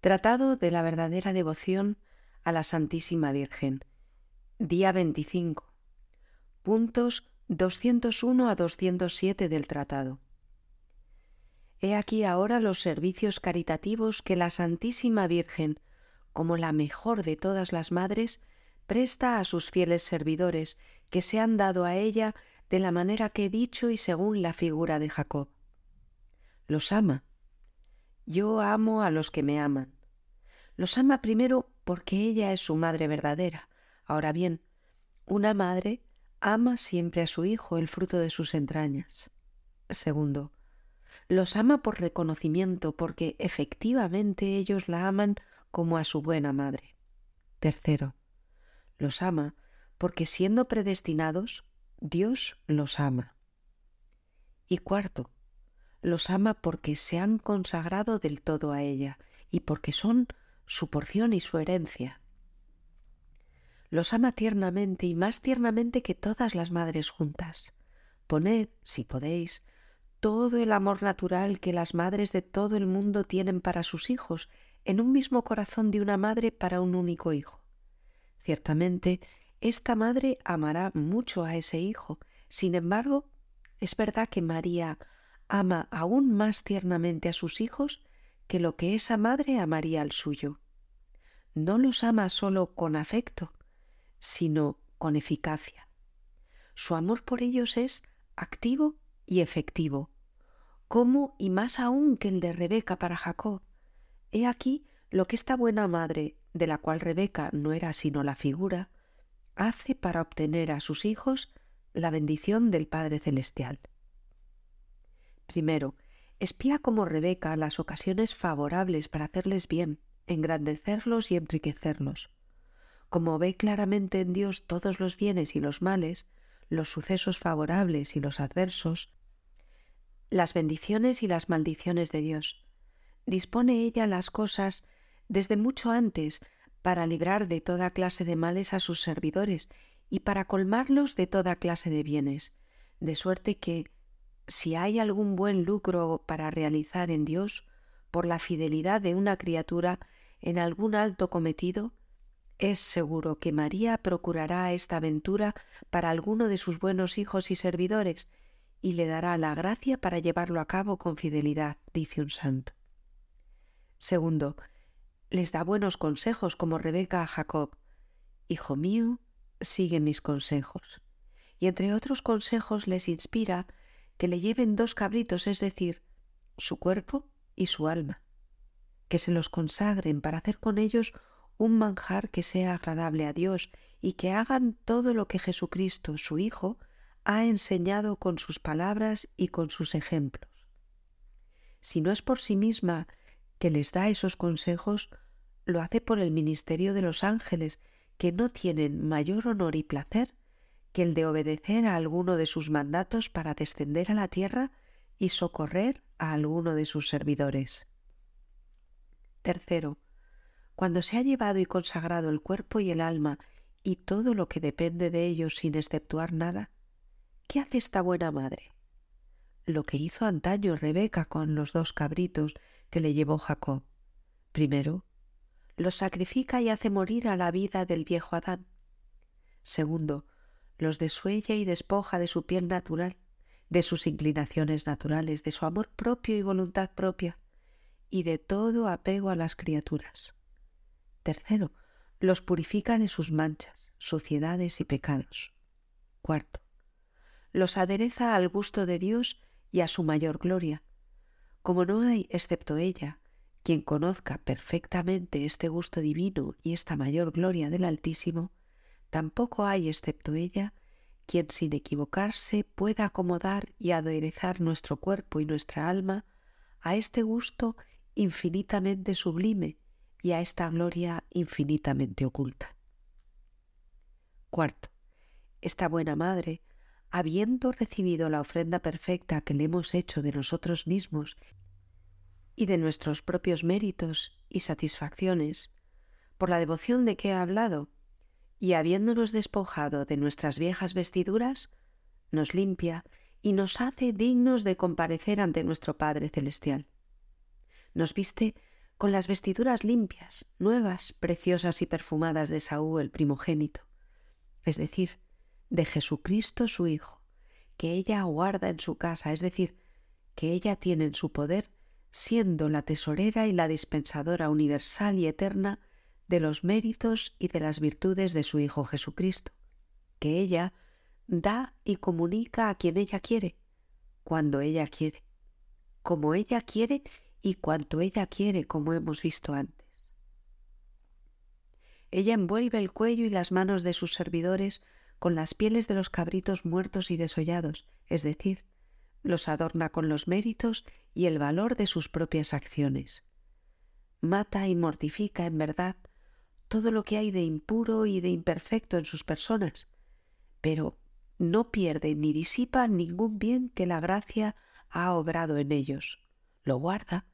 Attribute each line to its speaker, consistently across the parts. Speaker 1: Tratado de la verdadera devoción a la Santísima Virgen. Día 25. Puntos 201 a 207 del tratado. He aquí ahora los servicios caritativos que la Santísima Virgen, como la mejor de todas las madres, presta a sus fieles servidores que se han dado a ella de la manera que he dicho y según la figura de Jacob. Los ama. Yo amo a los que me aman. Los ama primero porque ella es su madre verdadera. Ahora bien, una madre ama siempre a su hijo el fruto de sus entrañas. Segundo, los ama por reconocimiento, porque efectivamente ellos la aman como a su buena madre. Tercero, los ama porque siendo predestinados, Dios los ama. Y cuarto, los ama porque se han consagrado del todo a ella y porque son su porción y su herencia. Los ama tiernamente y más tiernamente que todas las madres juntas. Poned, si podéis, todo el amor natural que las madres de todo el mundo tienen para sus hijos en un mismo corazón de una madre para un único hijo. Ciertamente, esta madre amará mucho a ese hijo. Sin embargo, es verdad que María ama aún más tiernamente a sus hijos que lo que esa madre amaría al suyo. No los ama solo con afecto, sino con eficacia. Su amor por ellos es activo y efectivo, como y más aún que el de Rebeca para Jacob. He aquí lo que esta buena madre, de la cual Rebeca no era sino la figura, hace para obtener a sus hijos la bendición del Padre Celestial. Primero, espía como Rebeca las ocasiones favorables para hacerles bien, engrandecerlos y enriquecerlos. Como ve claramente en Dios todos los bienes y los males, los sucesos favorables y los adversos, las bendiciones y las maldiciones de Dios. Dispone ella las cosas desde mucho antes para librar de toda clase de males a sus servidores y para colmarlos de toda clase de bienes, de suerte que, si hay algún buen lucro para realizar en Dios, por la fidelidad de una criatura en algún alto cometido, es seguro que María procurará esta aventura para alguno de sus buenos hijos y servidores, y le dará la gracia para llevarlo a cabo con fidelidad, dice un santo. Segundo, les da buenos consejos como Rebeca a Jacob. Hijo mío, sigue mis consejos. Y entre otros consejos les inspira que le lleven dos cabritos, es decir, su cuerpo y su alma, que se los consagren para hacer con ellos un manjar que sea agradable a Dios y que hagan todo lo que Jesucristo, su Hijo, ha enseñado con sus palabras y con sus ejemplos. Si no es por sí misma que les da esos consejos, lo hace por el ministerio de los ángeles, que no tienen mayor honor y placer que el de obedecer a alguno de sus mandatos para descender a la tierra y socorrer a alguno de sus servidores. Tercero, cuando se ha llevado y consagrado el cuerpo y el alma y todo lo que depende de ellos sin exceptuar nada, ¿qué hace esta buena madre? Lo que hizo antaño Rebeca con los dos cabritos que le llevó Jacob. Primero, los sacrifica y hace morir a la vida del viejo Adán. Segundo, los desuella y despoja de su piel natural, de sus inclinaciones naturales, de su amor propio y voluntad propia, y de todo apego a las criaturas. Tercero, los purifica de sus manchas, suciedades y pecados. Cuarto, los adereza al gusto de Dios y a su mayor gloria. Como no hay, excepto ella, quien conozca perfectamente este gusto divino y esta mayor gloria del Altísimo, tampoco hay, excepto ella, quien sin equivocarse pueda acomodar y aderezar nuestro cuerpo y nuestra alma a este gusto infinitamente sublime y a esta gloria infinitamente oculta. Cuarto, esta buena madre, habiendo recibido la ofrenda perfecta que le hemos hecho de nosotros mismos y de nuestros propios méritos y satisfacciones, por la devoción de que he hablado, y habiéndonos despojado de nuestras viejas vestiduras, nos limpia y nos hace dignos de comparecer ante nuestro Padre Celestial. Nos viste con las vestiduras limpias, nuevas, preciosas y perfumadas de Saúl el primogénito, es decir, de Jesucristo su Hijo, que ella guarda en su casa, es decir, que ella tiene en su poder, siendo la tesorera y la dispensadora universal y eterna de los méritos y de las virtudes de su Hijo Jesucristo, que ella da y comunica a quien ella quiere, cuando ella quiere, como ella quiere y cuanto ella quiere, como hemos visto antes. Ella envuelve el cuello y las manos de sus servidores con las pieles de los cabritos muertos y desollados, es decir, los adorna con los méritos y el valor de sus propias acciones. Mata y mortifica, en verdad, todo lo que hay de impuro y de imperfecto en sus personas, pero no pierde ni disipa ningún bien que la gracia ha obrado en ellos. Lo guarda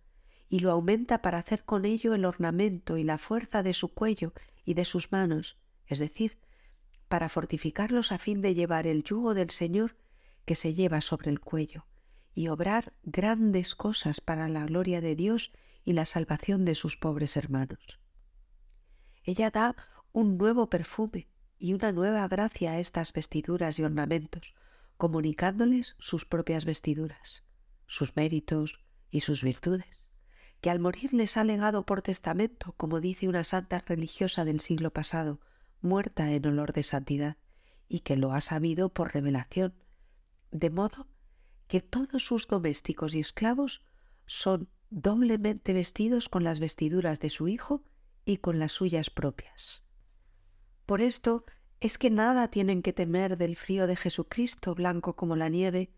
Speaker 1: y lo aumenta para hacer con ello el ornamento y la fuerza de su cuello y de sus manos, es decir, para fortificarlos a fin de llevar el yugo del Señor que se lleva sobre el cuello, y obrar grandes cosas para la gloria de Dios y la salvación de sus pobres hermanos. Ella da un nuevo perfume y una nueva gracia a estas vestiduras y ornamentos, comunicándoles sus propias vestiduras, sus méritos y sus virtudes que al morir les ha legado por testamento, como dice una santa religiosa del siglo pasado, muerta en olor de santidad, y que lo ha sabido por revelación, de modo que todos sus domésticos y esclavos son doblemente vestidos con las vestiduras de su hijo y con las suyas propias. Por esto es que nada tienen que temer del frío de Jesucristo blanco como la nieve,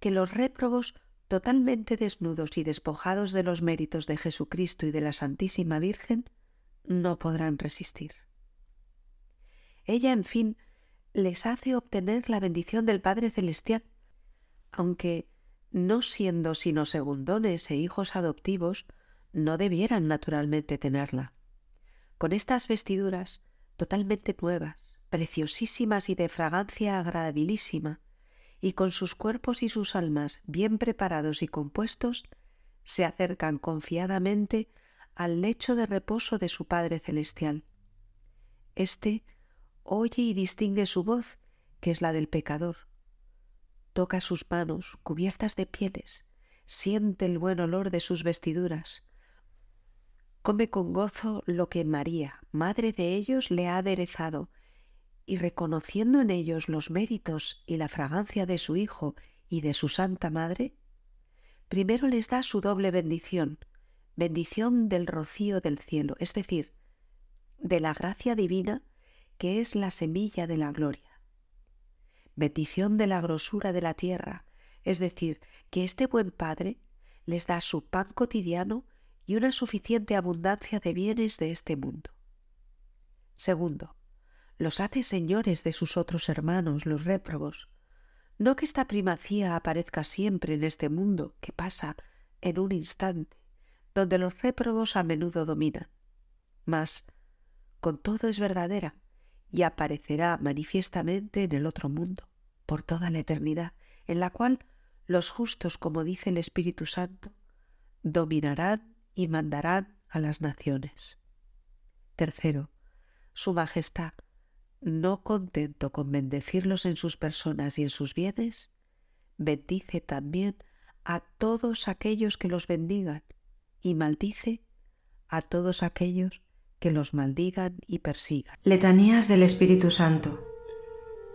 Speaker 1: que los réprobos totalmente desnudos y despojados de los méritos de Jesucristo y de la Santísima Virgen, no podrán resistir. Ella, en fin, les hace obtener la bendición del Padre Celestial, aunque, no siendo sino segundones e hijos adoptivos, no debieran naturalmente tenerla. Con estas vestiduras, totalmente nuevas, preciosísimas y de fragancia agradabilísima, y con sus cuerpos y sus almas bien preparados y compuestos, se acercan confiadamente al lecho de reposo de su Padre Celestial. Este oye y distingue su voz, que es la del pecador. Toca sus manos cubiertas de pieles, siente el buen olor de sus vestiduras. Come con gozo lo que María, madre de ellos, le ha aderezado y reconociendo en ellos los méritos y la fragancia de su Hijo y de su Santa Madre, primero les da su doble bendición, bendición del rocío del cielo, es decir, de la gracia divina que es la semilla de la gloria, bendición de la grosura de la tierra, es decir, que este buen Padre les da su pan cotidiano y una suficiente abundancia de bienes de este mundo. Segundo, los hace señores de sus otros hermanos, los réprobos. No que esta primacía aparezca siempre en este mundo, que pasa en un instante, donde los réprobos a menudo dominan. Mas, con todo es verdadera, y aparecerá manifiestamente en el otro mundo, por toda la eternidad, en la cual los justos, como dice el Espíritu Santo, dominarán y mandarán a las naciones. Tercero, Su Majestad, no contento con bendecirlos en sus personas y en sus bienes, bendice también a todos aquellos que los bendigan y maldice a todos aquellos que los maldigan y persigan.
Speaker 2: Letanías del Espíritu Santo.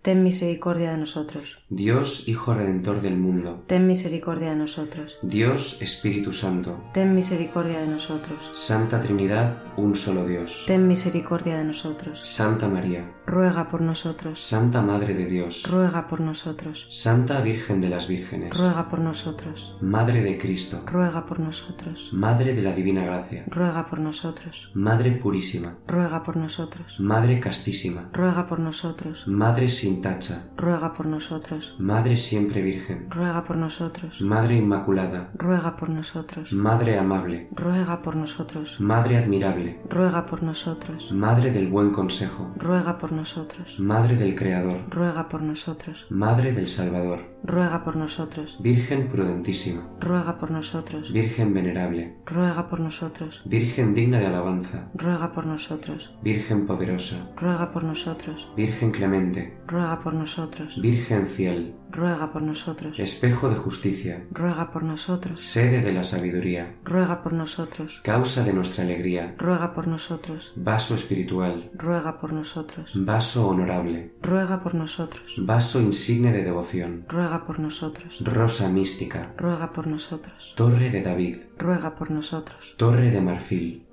Speaker 1: Ten misericordia de nosotros.
Speaker 3: Dios Hijo Redentor del mundo,
Speaker 1: Ten misericordia de nosotros.
Speaker 3: Dios Espíritu Santo,
Speaker 1: Ten misericordia de nosotros.
Speaker 3: Santa Trinidad, un solo Dios.
Speaker 1: Ten misericordia de nosotros.
Speaker 3: Santa María,
Speaker 1: Ruega por nosotros.
Speaker 3: Santa Madre de Dios,
Speaker 1: Ruega por nosotros.
Speaker 3: Santa Virgen de las Vírgenes,
Speaker 1: Ruega por nosotros.
Speaker 3: Madre de Cristo,
Speaker 1: Ruega por nosotros.
Speaker 3: Madre de la Divina Gracia,
Speaker 1: Ruega por nosotros.
Speaker 3: Madre Purísima,
Speaker 1: Ruega por nosotros.
Speaker 3: Madre Castísima,
Speaker 1: Ruega por nosotros.
Speaker 3: Madre sin tacha,
Speaker 1: Ruega por nosotros.
Speaker 3: Madre siempre Virgen,
Speaker 1: Ruega por nosotros.
Speaker 3: Madre Inmaculada,
Speaker 1: Ruega por nosotros.
Speaker 3: Madre amable,
Speaker 1: Ruega por nosotros.
Speaker 3: Madre admirable,
Speaker 1: Ruega por nosotros.
Speaker 3: Madre del buen consejo,
Speaker 1: Ruega por nosotros.
Speaker 3: Madre del Creador,
Speaker 1: Ruega por nosotros.
Speaker 3: Madre del Salvador,
Speaker 1: Ruega por nosotros.
Speaker 3: Virgen prudentísima,
Speaker 1: Ruega por nosotros.
Speaker 3: Virgen venerable,
Speaker 1: Ruega por nosotros.
Speaker 3: Virgen digna de alabanza,
Speaker 1: Ruega por nosotros.
Speaker 3: Virgen poderosa,
Speaker 1: Ruega por nosotros.
Speaker 3: Virgen clemente,
Speaker 1: Ruega por nosotros.
Speaker 3: Virgen fiel,
Speaker 1: Ruega por nosotros.
Speaker 3: espejo de justicia,
Speaker 1: Ruega por nosotros.
Speaker 3: sede de la sabiduría,
Speaker 1: Ruega por nosotros.
Speaker 3: causa de nuestra alegría,
Speaker 1: Ruega por nosotros.
Speaker 3: vaso espiritual,
Speaker 1: Ruega por nosotros.
Speaker 3: vaso honorable,
Speaker 1: Ruega por nosotros.
Speaker 3: vaso insigne de devoción,
Speaker 1: Ruega por nosotros.
Speaker 3: rosa mística,
Speaker 1: Ruega por nosotros.
Speaker 3: torre de David,
Speaker 1: Ruega por nosotros.
Speaker 3: torre de marfil,